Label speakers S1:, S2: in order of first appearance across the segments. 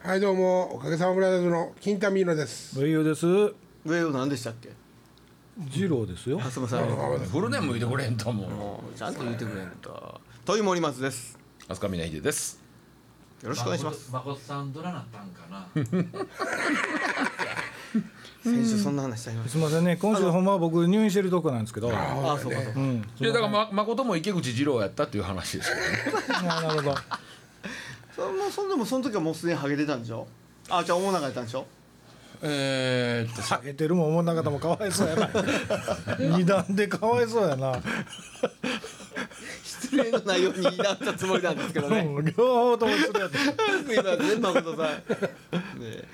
S1: はいどうもおかげさまブラザーズの金田美乃です
S2: 無用です
S3: 上を何でしたっけ
S2: 二郎ですよ
S3: あすいません
S4: フルネーム言ってこれへんと思う
S3: もうちゃんと言ってくれんと問い森松です
S4: 飛鳥峰秀です
S3: よろしくお願いします
S5: 誠さんどらなったんかな
S3: 先週そんな話しちゃいまし
S2: すみませんね今週ほんまは僕入院してるとこなんですけど
S3: た
S2: う
S3: ああそうかそうか
S2: ん
S4: いやだから、ま、誠も池口二郎やったっていう話ですよね
S2: あなるほど
S3: それもそんでもその時はもうすでにハゲてたんでしょあじゃあ大長やったんでしょ
S4: えーっと さ
S2: 下げてるも思んなかったもかわいそうやな 二段でかわいそうやな、
S3: 失礼のないように言いなったつもりなんですけど
S2: う
S3: ね
S2: ん両方とも一緒やった
S3: すいません誠さん、ねえ、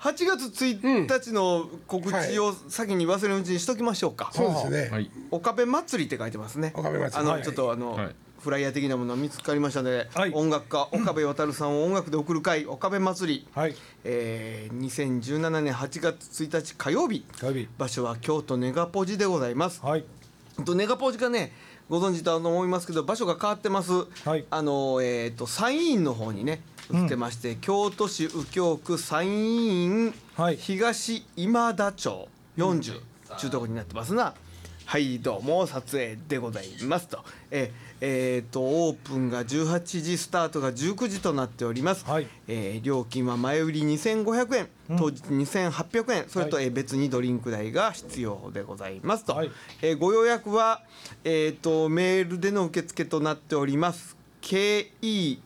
S3: 8月1日の告知を先に忘れのうちにしときましょうか、
S1: そうですね、
S4: はい
S3: おかべ祭りって書いてますね。
S1: 岡部祭り
S3: あの、
S1: はい
S3: ちょっとあの、
S4: はい
S3: フライヤー的なもの見つかりましたので、
S2: はい
S3: 音楽家岡部渉さんを音楽で送る会岡部祭り。
S2: はい
S3: えー2017年8月1日火曜日
S2: 火曜日
S3: 場所は京都ネガポジでございます、
S2: はい
S3: えっとネガポジがねご存知だと思いますけど場所が変わってます、
S2: はい
S3: あのえっ、と参議院の方にね移ってまして、京都市右京区参議院
S2: はい
S3: 東今田町40ちゅうとこになってますなはいどうも撮影でございますとええーとオープンが18時スタートが19時となっております、
S2: はい
S3: えー料金は前売り2500円当日2800円それと、
S2: はい
S3: えー別にドリンク代が必要でございますと、
S2: はい
S3: えーご予約は、えー、とメールでの受付となっております KESHIKISS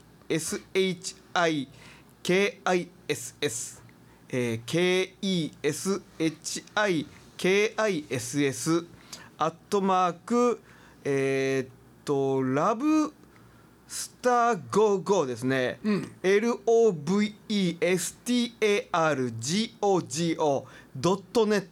S3: えー KESHIKISS アットマークえーっとラブスター55ですね、lovestargogo.net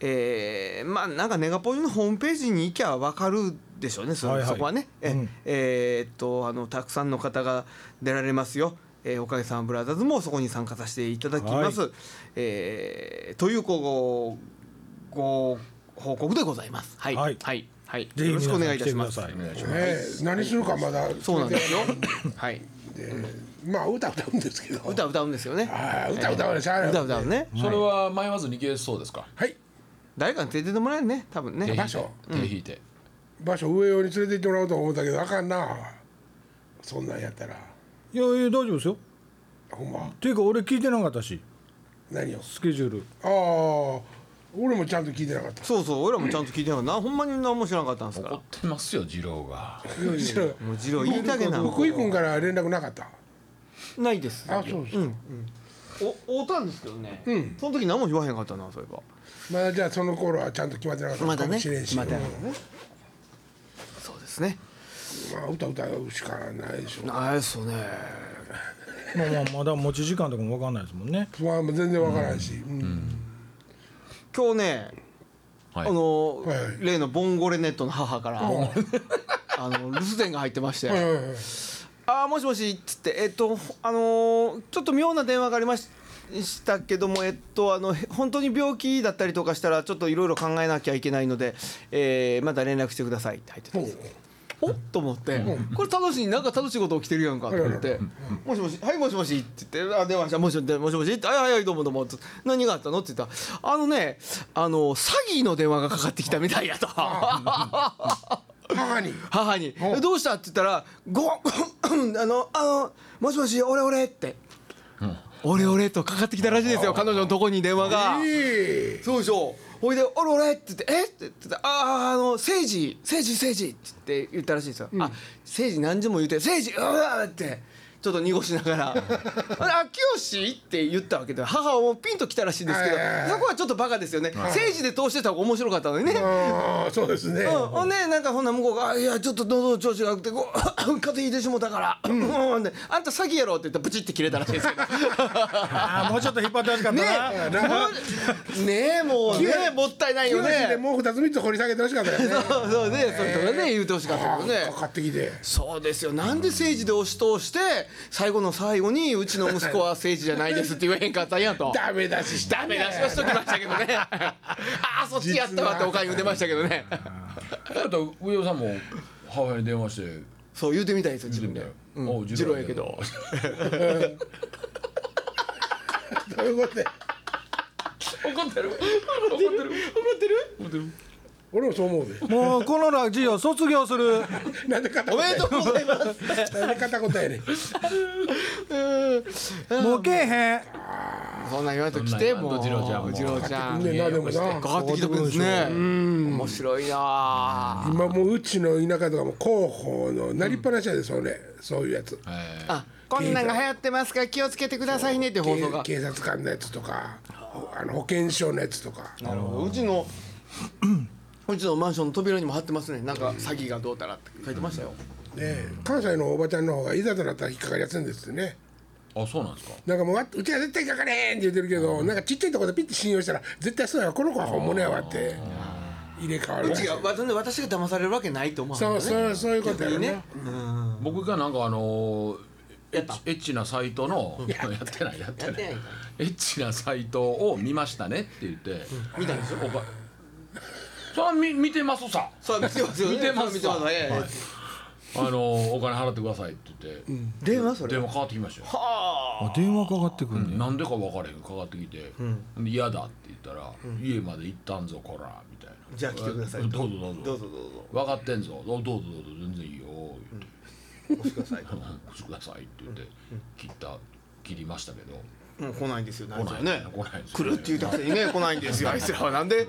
S3: えー、まあなんかネガポジのホームページに行きゃ分かるでしょうねそ,、
S2: はいはい
S3: そこはねえ,、
S2: うん
S3: えーっとあのたくさんの方が出られますよ、えーおかげさんブラザーズもそこに参加させていただきます、えーというこうごご報告でございますはい
S2: はい
S3: はい、はい
S2: ぜひ
S3: よろしくお願いいたしま
S2: 皆
S3: す
S2: さん来てください
S1: ね何するかまだ
S3: そうなんですよはい
S1: まあ歌歌うんですけど
S3: 歌歌うんですよね
S1: あー歌歌わなしゃあない
S3: 歌歌うね
S4: それは迷わずにいけそうですか
S1: はい
S3: 誰かに連れてってもらえるね多分
S4: 手
S3: ね
S4: 引い
S1: 場
S4: て
S1: 所
S4: 手引いて
S1: 場所上用に連れて行ってもらおうと思ったけどあかんなそんなんやったら
S2: いやいや大丈夫ですよ
S1: ほんま
S2: っていうか俺聞いてなかったし
S1: 何を
S2: スケジュール
S1: ああ俺もちゃんと聞いてなかった
S3: そうそう俺らもちゃんと聞いてなかったなほんまに何も知らなかったんですから
S4: 怒
S3: も
S4: ってますよ二郎が
S3: う次郎言いたげな
S1: 福井君から連絡なかった
S3: ないです
S1: あそうですか、
S3: お会うたんですけどね
S1: ん
S3: その時何も言わへんかったなそういえば
S1: まだじゃあその頃はちゃんと決まってなかった
S3: まだ
S1: かも
S3: ね
S1: しれんし、
S3: まだね
S1: うん
S3: そうですね
S1: まあ歌歌うしかないでしょ
S3: ないっすね
S2: まあまあまだ持ち時間とかも分かんないですもんね
S1: まあ全然わからんし、うん
S3: 今日ね
S4: は
S3: あ
S4: い
S3: の
S1: はいはい
S3: 例のボンゴレネットの母からあの留守電が入ってまして
S1: はいはいはい
S3: あーもしもしっつってえっとあのーちょっと妙な電話がありまししたけどもえっとあのへ本当に病気だったりとかしたらちょっといろいろ考えなきゃいけないので、えーまた連絡してくださいって入ってたんですよおっと思って、これ楽しいなんか楽しいこと起きてるやんかと思って「もしもしはいもしもし」って言って「あ電話したもしもしもしもし」って「はいはいはいどうもどうも」って何があったの?」って言ったら「あのねあの詐欺の電話がかかってきたみたいやと」
S1: 母に
S3: 母に「えどうした?」って言ったら「ごあのあのもしもし俺俺」って「俺俺」とかかってきたらしいですよ彼女のとこに電話が。
S1: ええ
S3: そうでしょほいで「俺俺」って言って「えっ?」て言って「あああの誠治誠治誠治」って言って言ったらしいんですよ「あ誠治何時も言うて誠治うわ!」ってちょっと濁しなが ら「あ清って言ったわけで母はもうピンときたらしいんですけど
S1: ええ
S3: そこはちょっとバカですよね誠治で通してた方が面白かったのにね。
S1: ああそうですね、
S3: うん、ほんでなんかほんな向こうがあ「いやちょっと喉の調子が悪くてこう 風邪ひいてしもたから」うん、で「あんた詐欺やろ」って言ったらブチって切れたらしいですけど
S2: ああもうちょっと引っ張ってほしかった
S3: ね
S2: な、
S3: えもうねえもうねえもったいないよ
S1: 清志で
S3: ね
S1: もう二つ三つ掘り下げてほしかったよね
S3: そうそうねそれとかね言うてほしかった
S1: あ
S3: けど
S1: ー
S3: ね
S1: かかってきて
S3: そうですよなんで政治で押し通して最後の最後に「うちの息子は政治じゃないです」って言えへんかったんやと
S1: ダメ出しした
S3: ダメ出しはしときましたけどねああそっちやったわっておかん言うてましたけどね
S4: だと上尾さんも母親に電話して
S3: そう言うてみたいですよ自分で
S4: 言うておう
S3: 二郎やけど
S1: どういうことで
S4: 怒ってる怒ってる怒ってる
S1: 俺もそう思うで
S2: もうこのラジオ卒業する
S1: なんで片
S3: おめでとう
S1: 言
S3: ございます
S1: やなんで片言やねん
S2: もうけえへん
S3: そんなん言わんと来て
S4: そん
S3: も
S4: なん
S3: う
S4: 言わんと二郎ちゃんも
S3: 二郎ちゃん
S1: ねなでもな
S3: 変わってきてくるんですね面白いなあ
S1: 今もううちの田舎とかも広報のなりっぱなしやでそれそういうやつ
S4: えー
S3: あこんなんが流行ってますから気をつけてくださいねって放送が
S1: 警察官のやつとかほあの保険証のやつとか
S3: なるほどうちのうちのマンションの扉にも貼ってますねなんか詐欺がどうたらって書いてましたよ
S1: ね関西のおばちゃんの方がいざとなったら引っかかりやすいんですよね
S4: あそうなんですか
S1: なんかもうわうちは絶対引っかかれへんって言ってるけどなんかちっちゃいところでピッて信用したら絶対そうやこの子は本物やわって入れ替わる
S3: うちがわそんで私が騙されるわけないと思う
S1: そうそうそういうことやろ
S3: ね
S1: ね
S4: 僕がなんかあのーエ
S3: やっ
S4: ッ
S3: た
S4: チエッチなサイトの やってないやって
S3: やってな
S4: ない
S3: いから
S4: エッチなサイトを見ましたねって言って見たんですよおばそれは見見てますさ
S3: そう見てますよね
S4: 見てます
S3: 見てます
S4: はい
S3: いやいや
S4: あのーお金払ってくださいって言って、
S3: 電話それ
S4: 電話かかってきましたよ
S2: あ電話かかってくるね、
S4: なんでか分からへんかかってきて「で嫌、だ」って言ったら、家まで行ったんぞこら」みたいな「
S3: じゃあ来てください
S4: どうぞどうぞ
S3: どうぞどうぞ
S4: 分かってんぞどうどうぞどうぞ全然いいよ」言っ
S3: お
S4: て
S3: してください
S4: 「お貸してください」って言って切った切りましたけど
S3: もう来ないんですよ
S4: 来
S3: 来
S4: ない
S3: ね
S4: 来ないですよ
S3: 来るって言ったくせにね来ないん ですよあいつらはなんで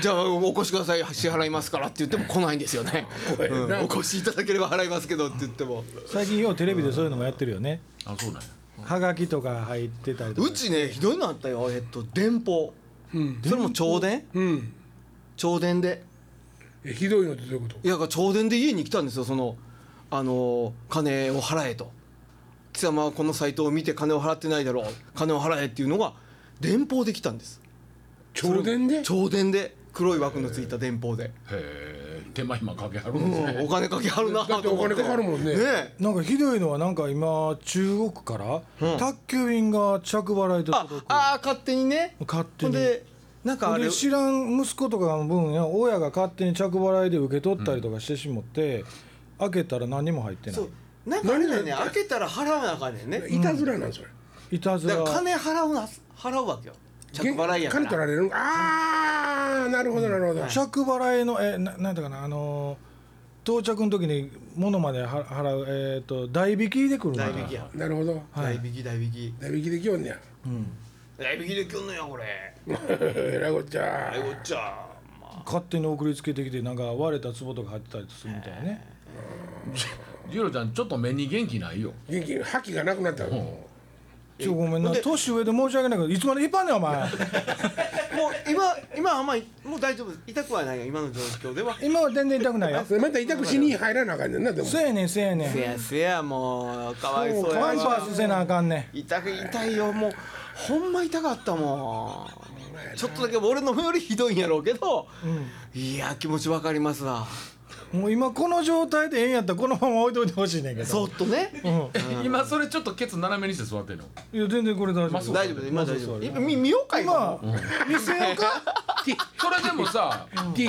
S3: じゃあお越しください支払いますからって言っても来ないんですよ ね、うんお越しいただければ払いますけどって言っても
S2: 最近ようテレビでそういうのもやってるよね
S4: あそうなんや
S2: はがきとか入ってたりとか
S3: うちねひどいのあったよえっと電報、それも銚電
S1: うん
S3: 銚電で
S1: えひどいのってどういうこと
S3: いや銚電で家に来たんですよそのあの金を払えと貴様はこのサイトを見て金を払ってないだろう金を払えっていうのが電報で来たんです
S1: 朝電で
S3: 銚電で黒い枠のついた電報で、
S4: へえ手間暇かけはるんですね、
S3: お金かけはる
S1: だ
S3: な
S1: って
S3: と
S1: お
S3: 思って
S1: 金かかるもんね
S3: ねえ
S2: なんかひどいのはなんか今中国から
S3: うん
S2: 宅急便が着払いで
S3: あ
S2: 届く
S3: あー勝手にね
S2: 勝手
S3: ほん
S2: に
S3: でなんかあれ
S2: で知らん息子とかの分や親が勝手に着払いで受け取ったりとかしてしもって、開けたら何も入ってな
S3: そ
S2: いう
S3: なんかあれだよね開けたら払わなあかんねんね
S1: いたずらなんそれ
S2: いたず
S3: だ
S2: ら
S3: から金払うな払うわけよ着払いやか
S1: 金取
S3: ら
S1: られるああなるほどなるほど
S2: 着払いのえななんだかなあのー到着の時に物までは払うえっ、と代引きで来るのか
S3: 代
S2: な
S3: 引きや
S1: なるほど
S2: は
S3: 代
S2: い
S3: 引き代引き
S1: 代引きできよんねや
S3: 代引きできんのやこれ
S1: えらいこっちゃ
S3: あいおっちゃまあ
S2: 勝手に送りつけてきてなんか割れた壺とか入ってたりするみたいなね
S4: ジロちゃんちょっと目に元気ないよ
S1: 元気覇気がなくなったの
S2: ちょごめんな
S3: ほんで
S2: 年上で申し訳ないけどいつまで引っ張んねんお 前
S3: もう今今はあんまりもう大丈夫です痛くはないよ今の状況では
S2: 今は全然痛くないよ
S1: それまた委託しに入らなあかんねんなでも
S2: せやねんせやねん
S3: せやせやもうかわいそうや
S2: ワンパ
S3: わ
S2: ースせなあかんねん
S3: 痛く痛いよもうほんま痛かったもんちょっとだけ俺のよりひどいんやろうけど、いや気持ちわかりますわ
S2: もう今この状態でええんやったらこのまま置いといてほしいねんけど
S3: そっとね
S2: う、ん、
S4: 今それちょっとケツ斜めにして座ってんの
S2: いや全然これ大丈
S4: まあ
S2: 夫
S4: そう
S3: 大丈夫です今大丈
S2: まあそうそ
S3: 夫
S2: う
S3: 今見見ようか今
S2: 今見せようか
S4: それでもさ
S1: D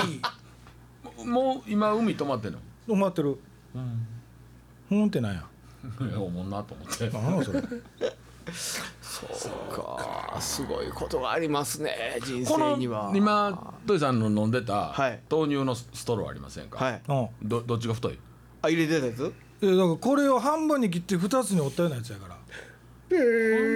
S4: もう今海止まってんの
S2: 止まってるふんってなんや
S4: いやおもんなと思って
S2: 何なのそ れ
S3: そうかすごいことがありますね人生
S4: この
S3: には
S4: 今土井さんの飲んでた
S3: はい
S4: 豆乳のストローありませんか、
S3: はい
S2: うん
S4: どどっちが太い
S3: あ入れてたやつ
S2: いやだからこれを半分に切って二つに折ったようなやつやから
S1: え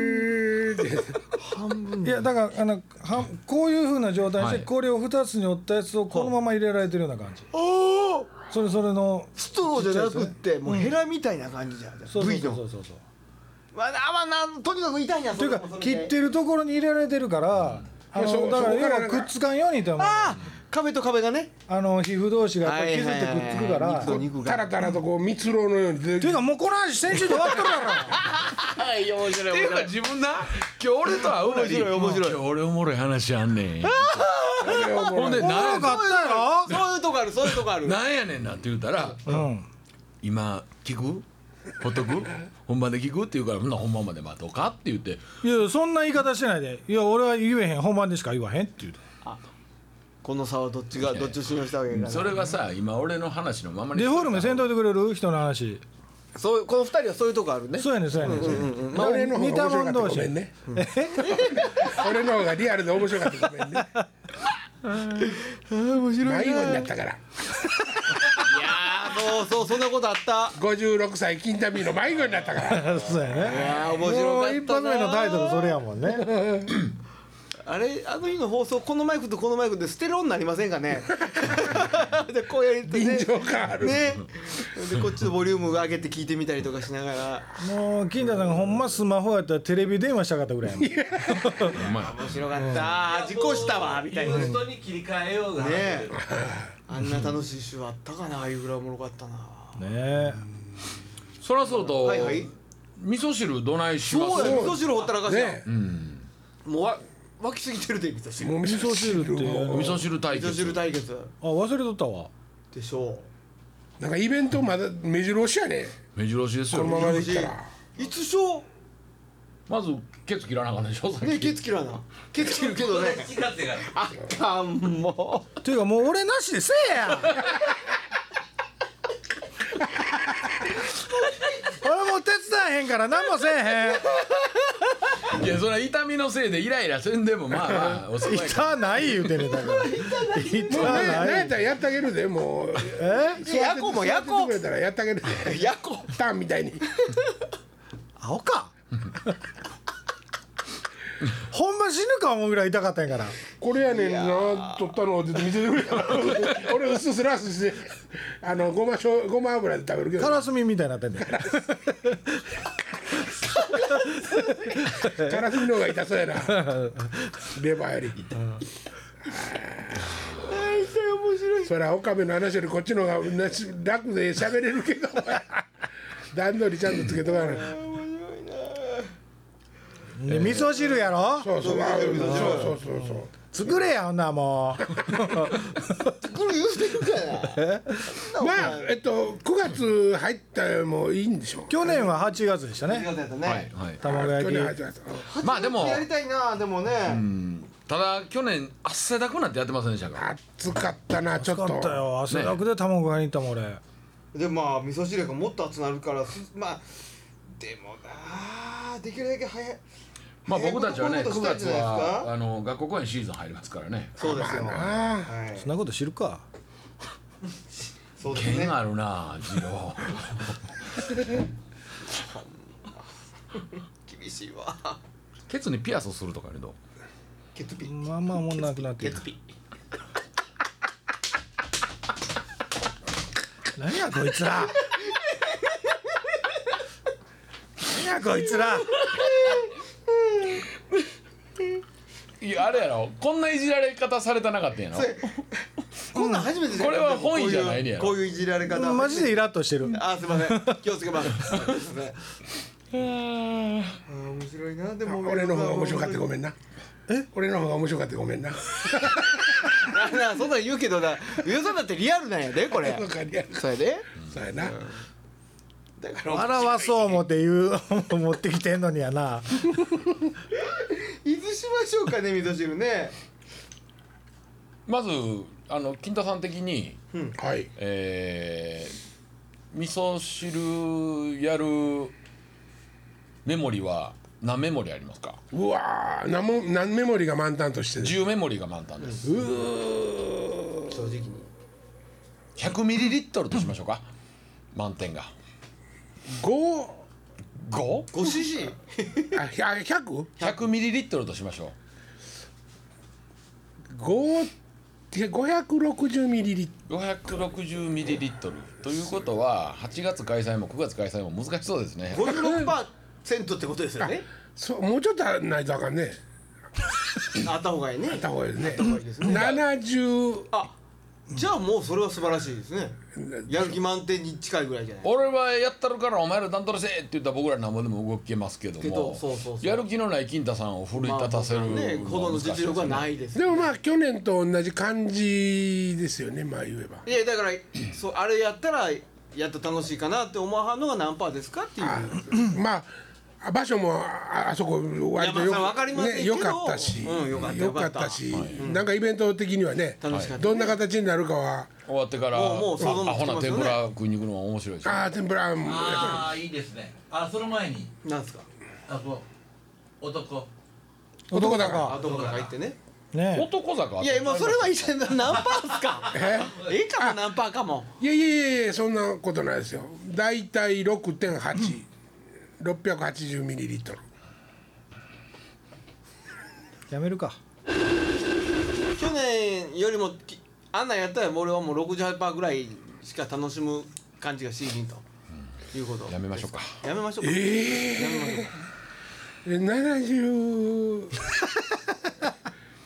S1: ーって
S3: 半分
S2: いやだからあのはこういうふうな状態にして、
S4: はい
S2: これを2つに折ったやつをこのまま入れられてるような感じ
S3: おお
S2: それそれの
S3: ストローじゃなくってもうヘラみたいな感じじゃん
S2: そうそう
S3: V
S2: そうそ
S3: の
S2: うそうそう
S3: まあまあなんとにかく痛いな
S2: というか切ってるところに入れられてるから、あ
S1: いやそ
S2: のだから
S1: そこから
S2: 要
S1: な
S2: は
S1: んか
S2: くっつかんようにと思う
S3: ああ壁と壁がね
S2: あの皮膚同士がやっぱり傷っ
S3: はい
S2: て
S3: はい
S2: く
S3: はい
S2: っつくから、
S3: 肉と肉
S1: タ
S3: が
S1: ラタラとこう蜜蝋のように出
S2: と
S1: て
S2: い
S1: き
S2: う
S1: て
S2: かもうこの話先週で終わっとるや
S4: っていうか自分な今日俺と会うのに
S3: 面白い面白い
S4: 今日俺おもろい話あんねんほんで
S2: ろおも
S4: な
S2: ろかっ
S3: そういうとこあるそういうとこある
S4: なんやねんなって言うたら
S2: たやろうん
S4: 今聞くほっとく本番で聞くって言うからほんなら本番まで待とうかって言って
S2: いやそんな言い方してないでいや俺は言えへん本番でしか言わへんって言うて
S3: この差はどっちがどっちを信用したわけか
S4: それがさ今俺の話のままに
S2: デフォルメせんといてくれる人の話
S3: そういうこの二人はそういうとこあるね
S2: そうやねそうやねそうやね
S1: まあ、俺の方
S2: 似
S1: が
S2: た
S1: 面白か
S2: 者
S1: った
S2: 同
S1: ご
S2: 士
S1: めんね俺の方がリアルで面白かったごめんね
S3: 面白
S1: 迷子になったから
S3: いやーそうそうそんなことあった
S1: 56歳金太ミーの迷子になったから
S2: そうや
S3: い
S2: ね
S3: やー
S2: も
S3: 面白かった
S2: う
S3: な
S2: 一発目のタイトルそれやもんね
S3: あれあの日の放送このマイクとこのマイクで捨てろになりませんかねでこうやって
S1: 臨
S3: ね
S1: 場感ある、
S3: ねでこっちのボリューム上げて聞いてみたりとかしながら
S2: もう金田さんがほんまスマホやったらテレビ電話したかったぐらいやもん
S4: お
S3: 面
S4: 前
S3: 白かった事故したわみたいな
S5: ユー
S3: ね
S5: ストに切り替えようが
S3: えあんな楽しい週あったかなああいうぐらいおもろかったな
S2: ね
S4: そらそうと、
S3: はいはい
S4: 味噌汁どないします
S3: そうや味噌汁ほったらかしや
S1: ね
S3: もうわ湧きすぎてるで味噌汁
S1: もう味噌汁
S2: 味噌汁って
S1: も
S4: 味噌汁対
S3: 味噌
S4: 決
S3: 汁対決
S2: あ忘れとったわ
S3: でしょ
S1: なんかイベントまだ目白押しやね
S4: 目白押しです
S1: こ
S4: よ
S1: のままでいったら
S3: ういつしょ
S4: まずケツ切らなあかったでしょさっき
S3: ねケツ切らなケツ切るけどね
S5: 4月が
S3: あ かんもう
S2: ていうかもう俺なしでせえ や俺もう手伝えへんから何もせえへん
S4: いやそれ痛みのせいでイライラせんでもまあまあおそばやから
S2: 痛ない言うてんねんだから
S1: もうね
S2: 痛
S1: なん
S2: な
S1: やっ
S2: い
S1: たらやってあげるでもう
S2: え
S3: やこもやこ
S1: 座っててくれたらやってあげるで
S3: やこ
S1: タンみたいに
S2: 青 かほんま死ぬか思うぐらい痛かったんやから
S1: これやねんな取ったのって見せてくれたら俺薄すらすしてあのごましょうごま油で食べるけ
S2: カ
S1: ど
S2: ラスミみたいになってんねん
S1: からすみの方が痛そうやなレバーより
S3: 大体面白い
S1: そりゃ岡部の話よりこっちの方がなし楽で喋れるけど段取りちゃんとつけとかない
S2: で味噌汁やろ
S1: そうそうあそうそうそうそう
S2: 作れやほんならも
S3: これ言うてるから
S1: まあえっと9月入ったもいいんでしょ
S2: う去年は8月でしたね
S3: やった
S4: はい
S3: ね
S4: はい
S2: 卵
S1: 去
S2: 焼き
S1: 年入ったやつ
S4: まあでも
S3: やりたいなでもね
S4: ただ去年汗だくなってやってませんでしたか
S1: 暑かったなちょっ
S2: よかった
S1: と
S2: よ汗だくで卵買いに行ったもん俺
S3: でまあ味噌汁がもっと熱なるからすまあでもなあできるだけ早い
S4: まあ
S3: えー
S4: 僕たちはね
S3: こんなことしたん
S4: 9月
S3: じゃないですか
S4: はあの学校公演シーズン入りますからね
S3: そうですよ
S1: ああ
S3: はい
S2: そんなこと知るか
S3: そうですね
S4: 剣あるな次郎
S3: 厳しいわ
S4: ケツにピアスをするとかねどう
S3: ケツピ
S2: まあまあもんなくなってき
S3: ケ
S2: た
S3: ツピ
S2: 何やこいつら何やこいつら
S4: いやあれやろこんないじられ方されたなかったんやろ
S3: こんなん初めてじゃ
S4: これは本意じゃないねやろ
S3: こういうこういういじられ方
S2: マジでイラッとしてる
S3: あすいません気をつけますすいませんあー面白いなでも
S1: 俺の方が面白かったごめんなえ俺の方が面白かったごめんな
S3: ななそんなん言うけどな上さんだってリアルなんやでこ れ
S1: そうかリアル
S3: それで
S1: そうやな
S3: だから
S2: 笑わそう思って言う 持ってきてんのにやな
S3: 伊豆しましょうかね味噌汁ね
S4: まずあの金太さん的に
S1: はい
S4: えー、味噌汁やるメモリは何メモリありますか
S1: うわー何も何メモリが満タンとしてる
S4: 10メモリが満タンです
S1: うー
S3: 正直に
S4: 100ミリリットルとしましょうか満点が
S1: 5
S4: 500
S3: 5cc
S1: あ 100?
S4: ミリリットルとしましょう
S1: 5 560ミリリッ
S4: 560ミリリットルということは8月開催も9月開催も難しそうですね
S3: 56%ってことですよね
S1: トルもうちょっとないとあかんね
S3: あった方がいいね
S1: た方がいいね
S3: いいですね
S1: 70
S3: あじゃあもうそれは素晴らしいですねやる気満点に近いぐらいじゃない
S4: 俺はやったるからお前ら段取りせえって言ったら僕らなんぼでも動けますけど
S3: けど
S4: も
S3: そうそうそう
S4: やる気のない金太さんを奮い立たせる
S3: まあねほどの実力は
S4: ない
S3: ないです
S1: でもまあ去年と同じ感じですよねまあ言えば
S3: いやだからそうあれやったらやっと楽しいかなって思わはんのが何パーですかっていう
S1: あまあ場所もああそこ割と
S3: いやまあそれはわかりますけど
S1: よかったし、
S3: うんよかった
S1: よかったし、なんかイベント的にはね
S3: 楽しかった
S1: どんな形になるかは
S4: 終わってから
S3: もうもう想像もつき
S4: ア
S3: ますよ
S4: ホ
S3: ね
S4: な天ぷら食いに行くのは面白いですよ
S1: ああ天ぷらも
S5: ああいいですねあその前に
S3: なんですか
S5: あこう男
S1: 男だ
S2: 男
S1: か
S3: 後から入ってね
S2: ね
S4: 男坂
S3: いやもうそれはいいじゃん何パーっすか
S1: え
S3: ええかも何パーかも
S1: いやいやいやいやそんなことないですよ大体6.8 680ミリリットル
S2: やめるか
S3: 去年よりもきあんなんやったらもう俺はもう68%ぐらいしか楽しむ感じがしひんということ
S4: やめましょうか
S3: やめましょうか
S1: え
S3: やめましょう
S1: え70
S3: か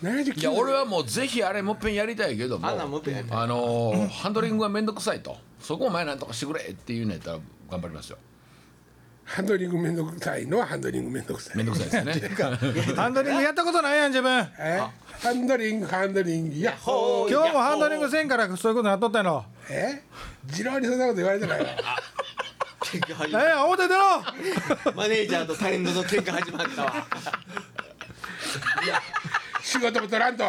S1: 79
S4: いや俺はもうぜひあれもっぺんやりたいけども
S3: あんなんもっぺんやりたい
S4: あのーハンドリングが面倒くさいとそこを前なんとかしてくれっていうのやったら頑張りますよ
S1: ハンドリングめんどくさいのはハンドリングめんどくさい
S4: 面倒くさい ですね
S2: ハンドリングやったことないやん自分
S1: えハンドリングハンドリングやっほー
S2: 今日もハンドリングせんからそういうことなっとったやろ
S1: え次郎にそんなこと言われてないわ
S3: 喧嘩始ま
S2: ええ表出ろ
S3: るマネージャーとタレントの喧嘩始まったわ
S1: 仕事も取らんと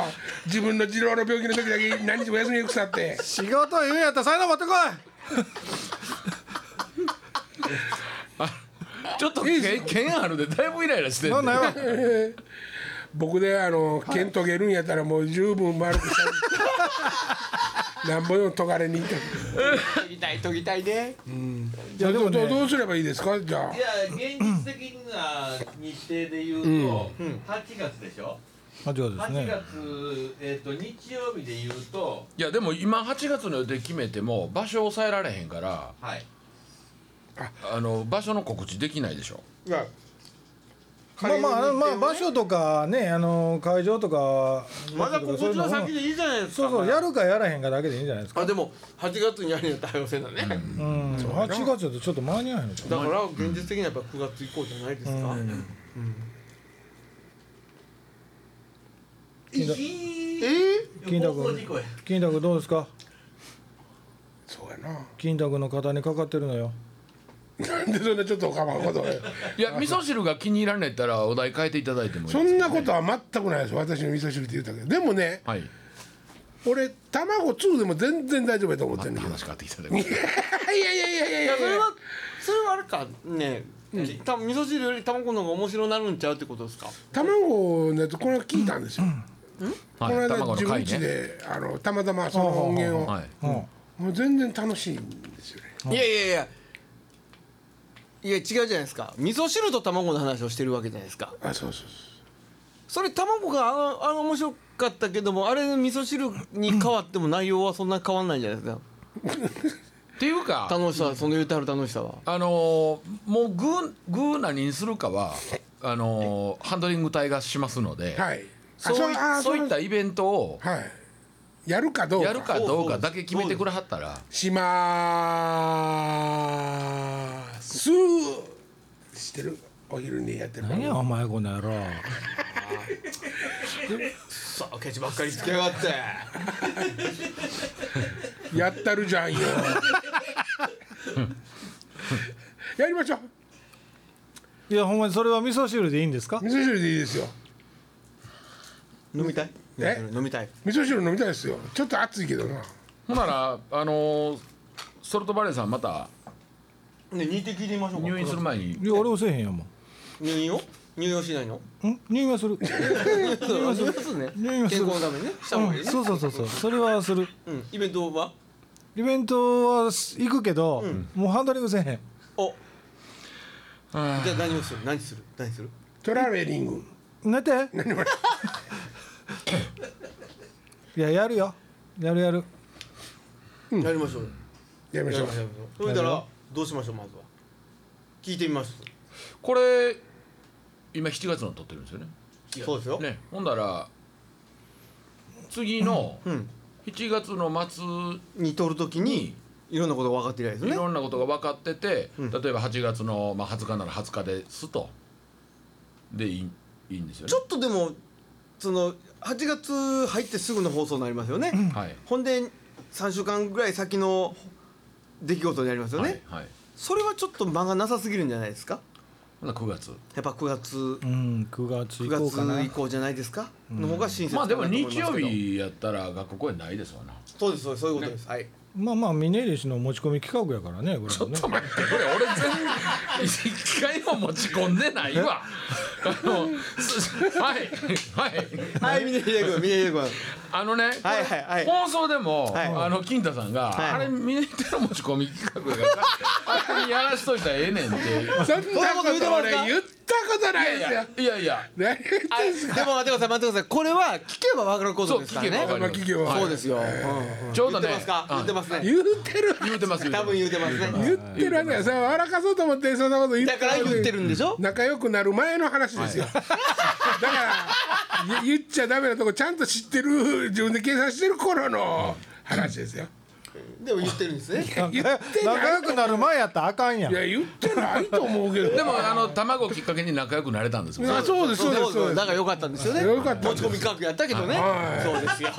S1: 自分の次郎の病気の時だけ何日も休みにくさって
S2: 仕事言うんやったら才能持ってこ
S4: ちょっとけ剣あるでだいぶイライラして
S2: い
S4: ん
S2: そん
S4: で
S2: なんやわ
S1: 僕であの剣研げるんやったらもう十分丸くしたなんぼでも研がれに行った
S3: 研ぎたい研ぎたいね
S2: いやでも
S1: どう
S2: ね
S1: どうすればいいですかじゃあ
S5: いや現実的な日程で言うと、8月でしょ
S2: 間違いです
S5: 8
S2: ね
S5: 月、えっと日曜日で言うと
S4: いやでも今8月の予定決めても場所を抑えられへんから
S5: はい
S4: あの場所の告知できないでしょ
S3: いや
S2: まあまああのまあ場所とかねあの会場とか
S3: まだ告知の先でいいじゃないですか
S2: そうそうやるかやらへんかだけでいいんじゃないですか
S3: あでも8月にやるよ対応せなね、
S2: うん8月だとちょっと間に合わへんのか
S3: だから現実的にはやっぱ9月以降じゃないですか、
S5: い
S3: え
S5: い
S3: ー
S2: 金田
S5: 放送事故や
S2: 金太君どうですか
S1: そうやな
S2: 金太君の肩にかかってるのよ
S1: なんでそんなちょっとおかまんことを
S4: いや味噌汁が気に入らんのやったらお題変えていただいてもいい
S1: そんなことは全くないです私の味噌汁って言ったけどでもね
S4: はい
S1: 俺卵2でも全然大丈夫やと思ってんだけど
S4: 話変わっていただいて
S1: いやいやいやいやい
S3: い
S1: やい
S3: やそれ
S1: や
S3: はそれはあれかねえ、た味噌汁より卵の方が面白なるんちゃうってことですか
S1: 卵のやつこれ聞いたんですよ、こ
S4: は
S1: の
S4: い
S1: 間
S4: 卵
S1: 自
S4: の
S1: 分家
S4: 回ね
S1: であのたまたまその音源を、
S4: はい
S2: うん
S1: もう全然楽しいんですよね
S3: いやいやいやいや違うじゃないですか味噌汁と卵の話をしてるわけじゃないですか
S1: あそうそう
S3: それ卵があのあの面白かったけどもあれの味噌汁に変わっても内容はそんな変わんないじゃないですか
S4: っていうか
S3: 楽しさはその言うてはる楽しさは
S4: あのーもうグーグー何にするかはあのーハンドリング隊がしますので、
S1: そうはい
S4: そうい
S1: あ
S4: そう
S1: れ
S4: いったイベントを
S1: はいやるかどうか
S4: やるかどうかだけ決めてくれはったら
S1: しまーすしてるお昼にやってる
S2: 何やお前この野郎
S3: さあケチばっかりつけやがって
S1: やったるじ ゃんよやりましょう
S2: いやほんまにそれは味噌汁でいいんですか
S1: 味噌汁でいいですよ
S3: 飲みたい
S1: え
S3: 飲みたい
S1: 味噌汁飲みたいですよちょっと暑いけどな
S4: ほんならあのーソルトバレーさんまた
S3: ね入滴入れましょうか
S4: 入院する前に
S2: いや俺もせえへんやもん
S3: 入院を入院をしないの
S2: ん入院はする
S3: そう入院するね
S2: 入院はす
S3: 健
S2: る
S3: 康のためにねした方がいいね
S2: そうそうそうそうそれはする
S3: うんイベントは
S2: イベントは行くけど、もうハンドリングせえへん
S3: おじゃあ何をする何する何する
S1: トラベリング
S2: 寝ていややるよやるやる
S3: やりましょう
S1: やりま
S3: や
S1: し
S3: り
S1: ょう
S3: ましょうそれたらどうしましょうまずは聞いてみます
S4: これ今7月の撮ってるんですよね
S3: そうですよ
S4: ねほんだら次の
S3: うん
S4: 7月の末
S3: に取るときにいろんなことが分かっていないです
S4: い
S3: ね
S4: ろんなことが分かってて、
S3: うん
S4: 例えば8月の、まあ、20日なら20日ですとでいいいいんですよね
S3: ちょっとでもその8月入ってすぐの放送になりますよね
S4: はい
S3: ほんで3週間ぐらい先の出来事になりますよね
S4: はいはい
S3: それはちょっと間がなさすぎるんじゃないですか
S4: ほな9月
S3: やっぱ9月
S2: うん9月
S3: 9
S2: 以降かな
S3: 月以降じゃないですかの方が親切
S4: まあ
S3: かなと
S4: でも
S3: 思いす
S4: 日
S3: けど
S4: 曜日やったら学校公演ないですわな
S3: そうですそうですそういうことです、はい
S2: まあまあ峰岸の持ち込み企画やからねこれはね
S4: ちょっと待ってこれ俺全然一回も持ち込んでないわ あのすはいはい
S3: はい峰秀君峰秀君
S4: あのね、
S3: はいはいはい
S4: 放送でも、
S3: はい
S4: あの金太さんが、
S3: い
S4: あれ峰秀の持ち込み企画があれにやらしといたらええねん って
S1: そんなこと
S3: そういうこと言うてます
S1: 俺
S3: か
S1: 言ったことない
S4: い
S1: ですよ
S4: やいやいや
S1: 何 言ってんすか
S3: でも待ってください待ってくださいこれは聞けば分かることですからね
S4: そう聞けば分かる
S1: 企業は
S3: そうですよ、うんうん
S4: ちょうどね
S3: 言ってますか言ってますね
S1: 言ってる
S4: 言うてますよ
S3: 多分言うてますね
S1: 言ってるわけよそれ笑かそうと思ってそんなこと言って
S3: だから言ってるんでしょ
S1: 仲良くなる前の話ですよ、だから 言言っちゃダメなとこちゃんと知ってる自分で計算してる頃の話ですよ
S3: でも言ってるんですね
S1: 言って
S2: 仲
S1: な
S2: 良
S1: い
S2: くなる前やったらあかんやん
S1: いや言ってないと思うけど
S4: でもあの卵きっかけに仲良くなれたんですもん
S1: あそうですそうですそうです
S3: だから良かったんですよね
S1: 良かった
S3: 持ち込み企画やったけどねそうですよ
S5: そ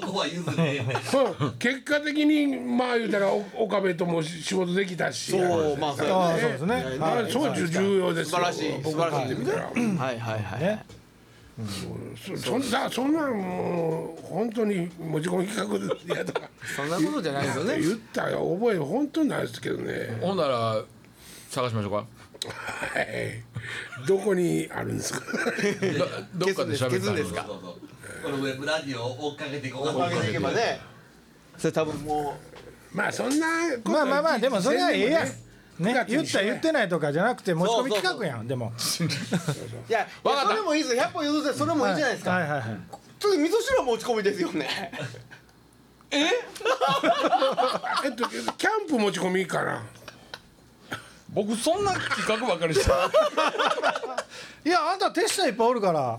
S5: こは譲れ。
S1: うん結果的にまあ言うたらお岡部とも仕事できたし
S3: そうまあそう
S2: あ
S3: や
S2: あそう
S3: ね
S2: ですね
S1: あ
S2: はい
S1: そう重要ですよ
S3: 素晴らしい
S1: 僕
S3: 素晴らしい
S1: にとってみたら
S3: はいはいはい、
S2: ね
S1: そそんなそんなんもう本当に持ち込み企画やとか
S3: そんなことじゃないですよね
S1: 言った覚え本当にないですけどね、
S4: ほんなら探しましょうか
S1: はいどこにあるんですか
S4: どどっかで喋
S3: 消
S4: っ
S3: す
S4: た
S3: ん
S4: ん
S3: で
S4: ですす
S3: か
S4: か
S5: そうそうこのウェブラジオを追っかけていこう。
S3: おかげでいけばねそれ多分も
S1: まあそんなこと
S2: まあまあまあでもそれはええやん
S1: 9
S2: ね
S1: 月
S2: 言
S1: に
S2: っ
S1: しよ
S2: た
S1: うね
S2: 言ってないとかじゃなくて持ち込み企画やんでも
S3: ういやい
S4: わか
S3: や
S4: った
S3: それもいいですよ100歩譲ってそれもいいじゃないですか、
S2: はいはいはい
S3: ちょっと味噌汁は持ち込みですよね
S1: えっとキャンプ持ち込みかな
S4: 僕そんな企画ばっかりして
S2: いやあんた手下いっぱいおるから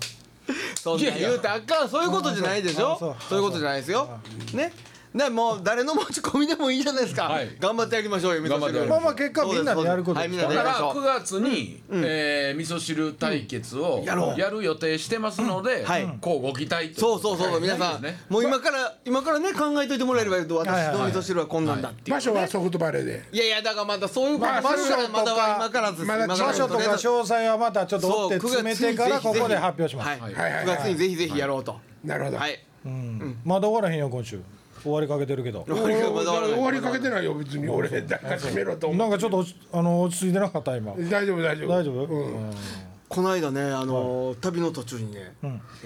S3: そん
S4: い
S3: な
S4: やいや
S3: 言うたらあかんそういうことじゃないでしょ
S2: あそう
S3: そういうことじゃないですよねねもう誰の持ち込みでもいいじゃないですか、
S4: はい
S3: 頑張ってやりましょうよ味噌
S4: 頑張って
S3: 汁
S4: やり
S2: まあまあ結果みんなでやること
S3: はいみんなで
S4: だ
S3: や
S4: か
S3: りまし
S4: ら
S3: ょう
S4: 9月に、えー味噌汁対決を
S3: んやろう
S4: やる予定してますので、
S3: んはい
S4: こうご期待と
S3: そうそうそうそう皆
S4: は
S3: さ
S4: い
S3: ん、
S4: ですね
S3: もう今から今からね考えといてもらえればいいと私
S2: はいはい
S3: の
S2: はい
S3: 味噌汁はこんなんだっていう、
S1: 場所はソフトバレーで
S3: いやいやだからまだそういうこと
S1: まあ
S3: 場所
S2: 場
S3: は
S2: 所とか
S3: まだは今からです
S1: まだ
S3: 今から
S2: 場所とか詳細はまたちょっと追って詰めてからここで発表します、
S3: はい、
S1: はいはい
S3: 9月にぜひぜひやろうと、
S1: なるほど、
S3: はい
S2: うん、まだ終わらへんよ今週終わりかけてるけど
S1: お
S3: 俺がまだ終わらない
S1: 終わりかけてないよ別に俺だから閉めろと思
S2: な
S1: うん
S2: かちょっと落ちあの落ち着いてなかった今
S1: 大丈夫大丈夫
S2: 大丈夫、
S1: うん
S2: うん
S3: この間ねあの、旅の途中にね、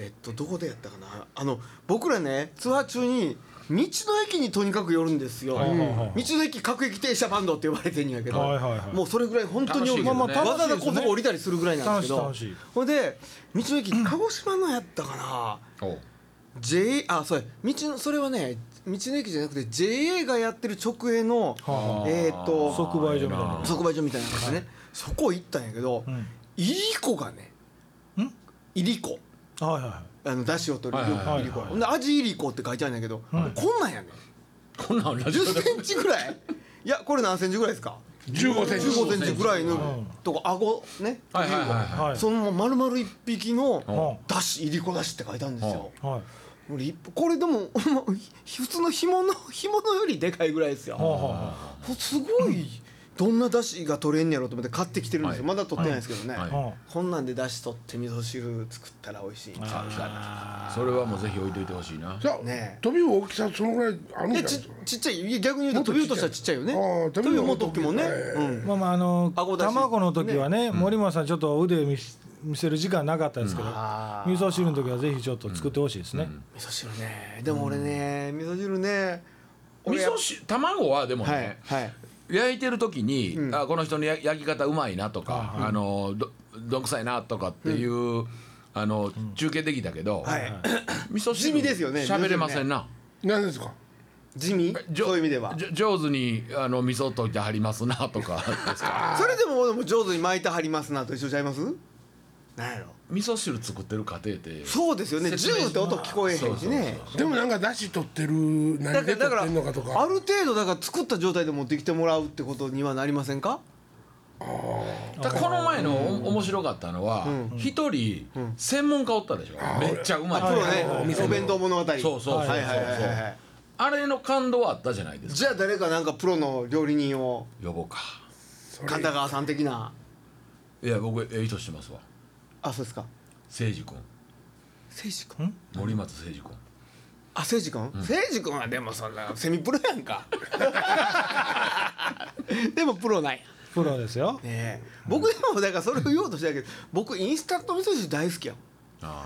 S3: えっとどこでやったかなあの僕らねツアー中に道の駅にとにかく寄るんですよ、
S2: はいはいはい
S3: 道の駅各駅停車バンドって呼ばれてんやけど、
S2: はいはいはい
S3: もうそれぐらい本当に寄る、
S4: 楽しいけどね
S3: わざわざここ降りたりするぐらいなんですけど
S2: 楽しい楽しい
S3: ほんで道の駅鹿児島のやったかな、
S4: お
S3: J あそうや道のそれはね道の駅じゃなくて JA がやってる直営の、
S2: は
S3: えっ、と
S2: 即売所みたいな
S3: 即売所みたいなのですね、そこ行ったんやけど、
S2: ん
S3: いりこがね
S2: ん
S3: いりこ
S2: はいはいは
S3: あのだしを取る
S4: はいはいはい
S3: いりこほんで味いりこって書いてあるんやけど、もうこんなんやね
S4: こんなんラジオ
S3: 10
S4: で
S3: センチぐらいいやこれ何センチぐらいですか
S1: 15センチ
S3: 15センチぐらいのとこ顎ね、
S4: はいはいはい
S2: いはい
S3: そのまるまる一匹の
S2: う
S3: だしいりこだしって書いてあるんですよ、
S2: はい
S3: もう立派これでも 普通の干物干物よりでかいぐらいですよ、
S2: はあは
S3: すごいどんな出汁が取れんやろうと思って買ってきてるんですよ、
S4: は
S3: まだ取ってないですけどね、
S4: はい
S2: あは
S3: こんなんで出汁取って味噌汁作ったら美味しいんちゃうか
S4: それはもうぜひ置いといてほしいな
S1: そう
S3: ねえ
S1: 飛び大きさそのぐらいあるんじゃな
S3: い
S1: い
S3: や
S1: です
S3: ち
S1: か
S3: ちっちゃいいや逆に言うと飛び落としたらちっちゃいよね
S1: ああ飛
S3: 飛
S1: び
S3: び
S1: 落と
S3: 落とした時もね、
S1: ええ
S3: うん
S2: まあまああの
S3: あごだし
S2: 卵の時はね森本さんちょっと腕見し見せる時間なかったですけど、
S3: あー
S2: 味噌汁の時はぜひちょっと作ってほしいですね、
S3: 味噌汁ねでも俺ね、味噌汁ね
S4: 味
S3: 俺
S4: 噌汁卵はでもね、
S3: はいはい
S4: 焼いてる時に、あこの人のや焼き方うまいなとか、あのどどんくさいなとかっていう、あの中継できたけど、
S3: はい
S4: 味噌
S3: 地
S4: 汁
S3: 味ですよね
S4: 喋れませんな、
S1: 何ですか
S3: 地味
S4: じょ
S3: そういう意味では
S4: じょ上手にあの味噌溶いてはりますなとか ですか
S3: それでも俺も上手に巻いてはりますなと一緒ちゃいますなんやろ
S4: 味噌汁作ってる過程って
S3: そうですよねジ
S4: 説
S3: ュ
S4: 明
S3: ーって音聞こえへんしね
S4: そうそうそう
S1: でもなんか出汁取ってる
S3: だ
S1: 何
S3: か
S1: で
S3: らだ
S1: 取って
S3: からある
S1: んのかとか
S3: 程度だから作った状態で持ってきてもらうってことにはなりませんか
S4: だからこの前のお面白かったのは一、人専門家おったでしょ、めっちゃうまい
S3: プロね
S1: はいはいはい
S3: お弁当物語
S4: そうそうそうそう
S3: はいはいはいはい
S4: あれの感動はあったじゃないですか
S3: じゃあ誰かなんかプロの料理人を
S4: 呼ぼうか
S1: それ
S3: 神田川さん的な
S4: いや僕ええ人してますわ
S3: あそうですか
S4: 誠司君
S3: 誠司君
S4: 森松誠司君
S3: あ誠司君誠司君はでもそんなセミプロやんか でもプロない
S2: プロですよ。
S3: ねえ僕でもだからそれを言おうとしたけど僕インスタント味噌汁大好きやもん
S4: あ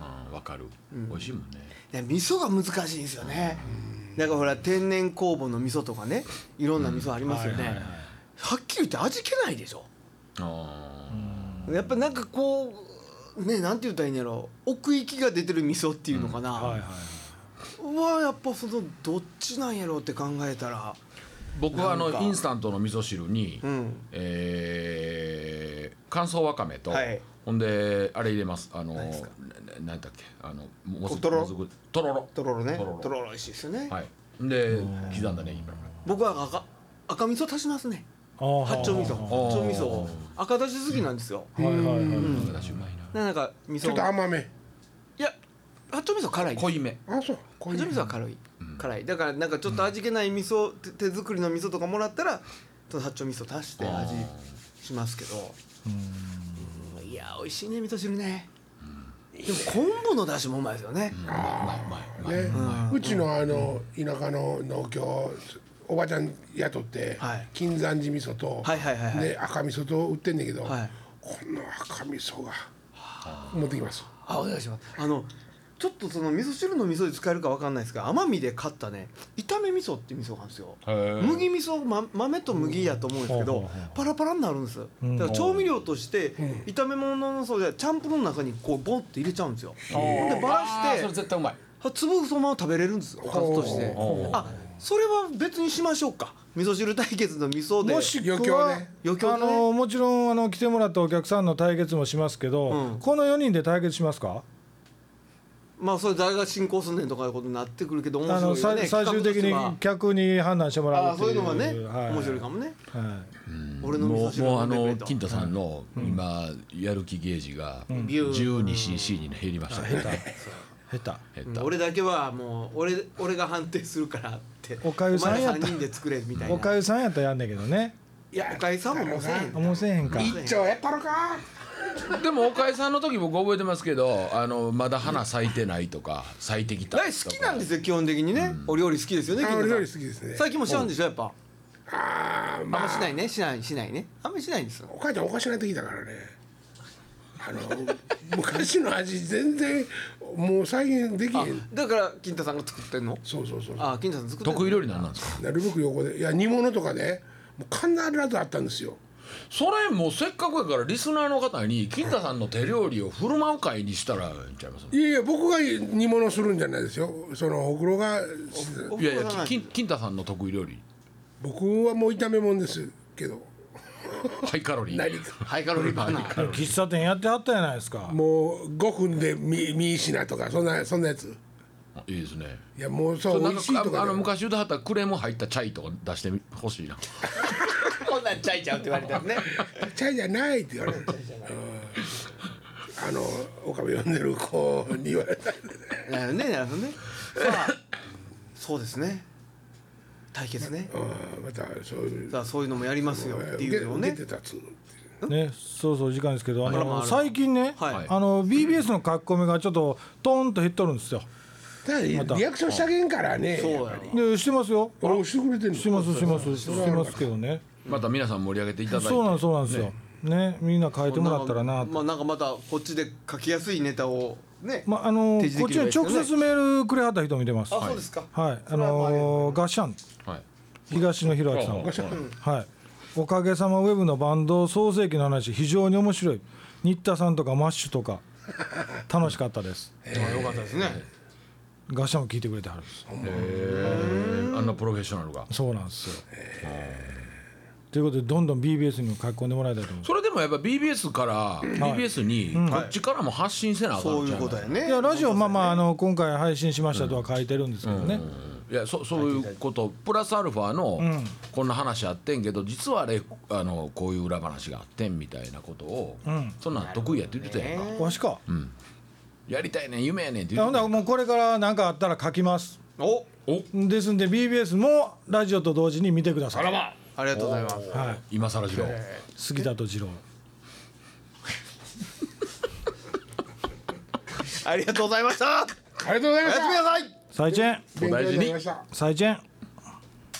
S4: あうんわかる美味しいもんね
S3: いや味噌が難しいんですよねだからほら天然酵母の味噌とかねいろんな味噌ありますよね、はっきり言って味気ないでしょ
S4: あ
S3: やっぱなんかこうねなんて言ったらいいんやろ奥行きが出てる味噌っていうのかな、
S2: はいはい。
S3: はやっぱそのどっちなんやろうって考えたら
S4: あ僕はあ
S3: なん
S4: の
S3: か
S4: インスタントの味噌汁に、
S3: うん
S4: えー乾燥わかめと、
S3: はい
S4: ほんであれ入れますあの
S3: 何
S4: な
S3: ですか
S4: ななんだっけあのもず
S3: おとろ
S4: もずくとろろ
S3: とろろね
S4: とろろ
S3: とろろ美味しいですよね、
S4: はいほんで刻んだね今
S3: 僕は赤赤味噌足しますね八
S2: 八
S3: 丁味噌
S2: は
S3: 八丁味噌を赤だし好きなんですよ、
S2: いはいはい。
S4: 赤だしうまいな
S3: なんか味
S1: ちょ
S3: 噌
S1: っと甘め
S3: いや八丁味噌辛いです
S4: 濃いめ
S1: あそうこう
S3: 八
S1: い
S3: 丁味
S1: う
S3: 噌は辛い、辛いだからなんかちょっと味気ない味噌、手手作りの味噌とかもらったらちょっと八丁味噌足して味しますけどうんいや美味しいね味噌汁ね、でも昆布のだしもうまいですよね、
S1: ねうちのあの田舎の農協おばちゃん雇って
S3: はい
S1: 金山寺味噌と
S3: はいはいはいはい
S1: で赤味噌と売ってんねんけどこ
S3: はい
S1: んな赤味噌が持ってきます
S3: あお願いしますあのちょっとその味噌汁の味噌で使えるかわかんないですが奄美で買ったね炒め味噌っていう味噌があるんですよ
S4: へえ
S3: 麦味噌、ま、豆と麦やと思うんですけ
S2: うん
S3: どパラパラになるんですだから調味料として炒め物のそうでチャンプルーの中にこうボンって入れちゃうんですよほんでば
S4: あ
S3: ら
S4: ーそ
S3: し
S4: れ
S3: て
S4: 絶対うまい
S3: あ粒そのまま食べれるんですよおかずとして
S4: ほう
S3: あそれは別にしましょうか味噌汁対決の味噌で
S2: もしく
S1: 余興
S2: は
S1: ね、
S3: 余興ね
S2: あのもちろんあの来てもらったお客さんの対決もしますけど、
S3: うん
S2: この4人で対決しますか
S3: まあそれ誰が進行すんねんとかいうことになってくるけど面
S2: あ
S3: 白
S2: の
S3: いよ
S2: さ
S3: ね
S2: 最終的
S3: 企
S2: に
S3: 画としては
S2: 客に判断してもら
S3: あ
S2: う
S3: あ
S2: って
S3: そう
S2: い
S3: いう
S2: う
S3: のはね
S2: はい
S3: 面白いかもね
S2: は
S3: 俺の味噌
S4: もう
S3: 汁
S4: もうあ
S3: 飲んでくれ
S4: の
S3: と
S4: 金太さんの今やる気ゲージが
S3: ビュー
S4: 12cc に減りましたね
S2: い、下
S4: 減
S3: う
S4: っ
S3: ん
S4: た
S3: 俺だけはもう俺俺が判定するからって
S2: おかゆさんやった
S3: お前ら三人で作れみたい
S2: 手
S3: な
S2: おかゆさんやったらやんねんけどね
S1: いや
S3: おかゆさんももうせえへん
S2: あもうせえへんか
S1: 一丁やったろか
S4: でも岡井さんの時僕覚えてますけどあのまだ花咲いてないとか咲いてきたとか
S3: 大好きなんですよ基本的にね、お料理好きですよね
S1: あ
S3: 金
S1: 俺
S3: 田
S1: 料
S3: さ
S1: 理好き
S3: ん
S1: ですね
S3: 最近もしちゃうんでしょやっぱ
S1: ああ
S3: あん
S1: ま
S3: ましな
S1: あ
S3: いねしないしないねあんましないんですよ
S1: お母ちゃんおかしなってきたからねあの昔の味全然もう再現できへ
S3: あ
S1: ん
S3: だから金太さんが作ってんの
S1: そうそうそうそう
S3: あ金太さん作ってんの
S4: 得意料理なんなんですか
S1: なるべく横でいや煮物とかねもう必ずあったんですよ
S4: それもうせっかくやからリスナーの方に金太さんの手料理を振る舞う会にしたらいいんちゃいます
S1: いやいや僕が煮物するんじゃないですよそのほくろが
S3: お
S4: いやいや
S3: お
S4: き金金太さんの得意料理
S1: 僕はもう炒め物ですけど
S4: ハイカロリー
S1: 何か
S3: ハイカロリーバーナー
S2: 喫茶店やってはったやないですか
S1: もう5分でみ見品とかそんなそんなやつ
S4: あいいですね
S1: いやもうそ
S4: そうう
S1: 美味
S4: な
S1: しいと
S4: んかあ
S1: か
S4: あの
S1: ね
S4: 昔言うてはったクレーム入ったチャイとか出してほしいな
S3: こんなんちゃいちゃうって言われたよね
S1: チャイじゃないって言われてあのおかみ呼んでる子に言われたんで
S3: なるほどねなるほどねさあそうですね対決ね
S1: うんまたそういう
S3: さあそういうのもやりますよっ
S1: 受
S3: ていうのを
S1: け
S3: ね
S1: 受けてたつ
S2: ね、そうそう時間ですけど、あ
S3: あらま
S2: の
S3: あ
S2: 最近ね、
S3: はい
S2: あの BBS の書き込みがちょっとトーンと減っとるんですよ。
S1: ただリアクションしたげんからね
S3: そう
S1: やっ
S3: や
S1: ぱり
S2: で、してますよ。
S1: 俺押してくれてる
S2: してます、してます、してますけどね。
S4: また皆さん盛り上げていただいて
S2: そうなん、そうなんですよ。ね、みんな書いてもらったらなと。
S3: まあなんかまたこっちで書きやすいネタをね、
S2: まあ、あの、
S3: 提示
S2: こ
S3: で
S2: っ
S3: き
S2: ち
S3: ればい
S2: に
S3: いですよ
S2: 直
S3: ね
S2: 接メールくれはった人もいてます。
S3: あ
S2: は
S3: そうですか
S2: い、あのー、ガッシャン、
S4: はい
S2: 東野弘明さん
S4: ああ
S2: はい。おかげさまウェブのバンド創世記の話、非常に面白い。新田さんとかマッシュとか、楽しかった です。
S3: あよかったですね
S2: ガッシャンも聞いてくれてはるんです。
S4: あんなプロフェッショナルが
S2: そうなんですよ。ということでどんどん BBS にも書き込んでもらいたいと思いま
S4: それでもやっぱ BBS から BBS にこっちからも発信せなあかん
S3: そういう
S4: のちゃいま
S3: こと
S4: す
S3: やね
S2: す。いやラジオまあまああの今回配信しましたとは書いてるんですけどね。
S4: いやそそういうことプラスアルファのこんな話あってんけど実はあれあのこういう裏話があってんみたいなことを、そんなん得意やって言ってたやんか、
S2: わしか。
S4: やりたいねん夢やねんって
S2: あ
S4: 言っ
S2: ほんな
S4: てたや
S2: ら
S4: ん
S2: もうこれから何かあったら書きます。
S3: お
S2: ですんで BBS もラジオと同時に見てください。
S3: ありがとうございます
S2: はい
S4: 今更しろ
S2: 杉田と次郎
S3: ありがとうございました
S1: ありがとうござい
S3: お
S1: ま
S3: や
S1: し
S3: すみ
S1: た
S3: なさい
S2: 再チェン
S1: 勉強になりました
S2: 再チェン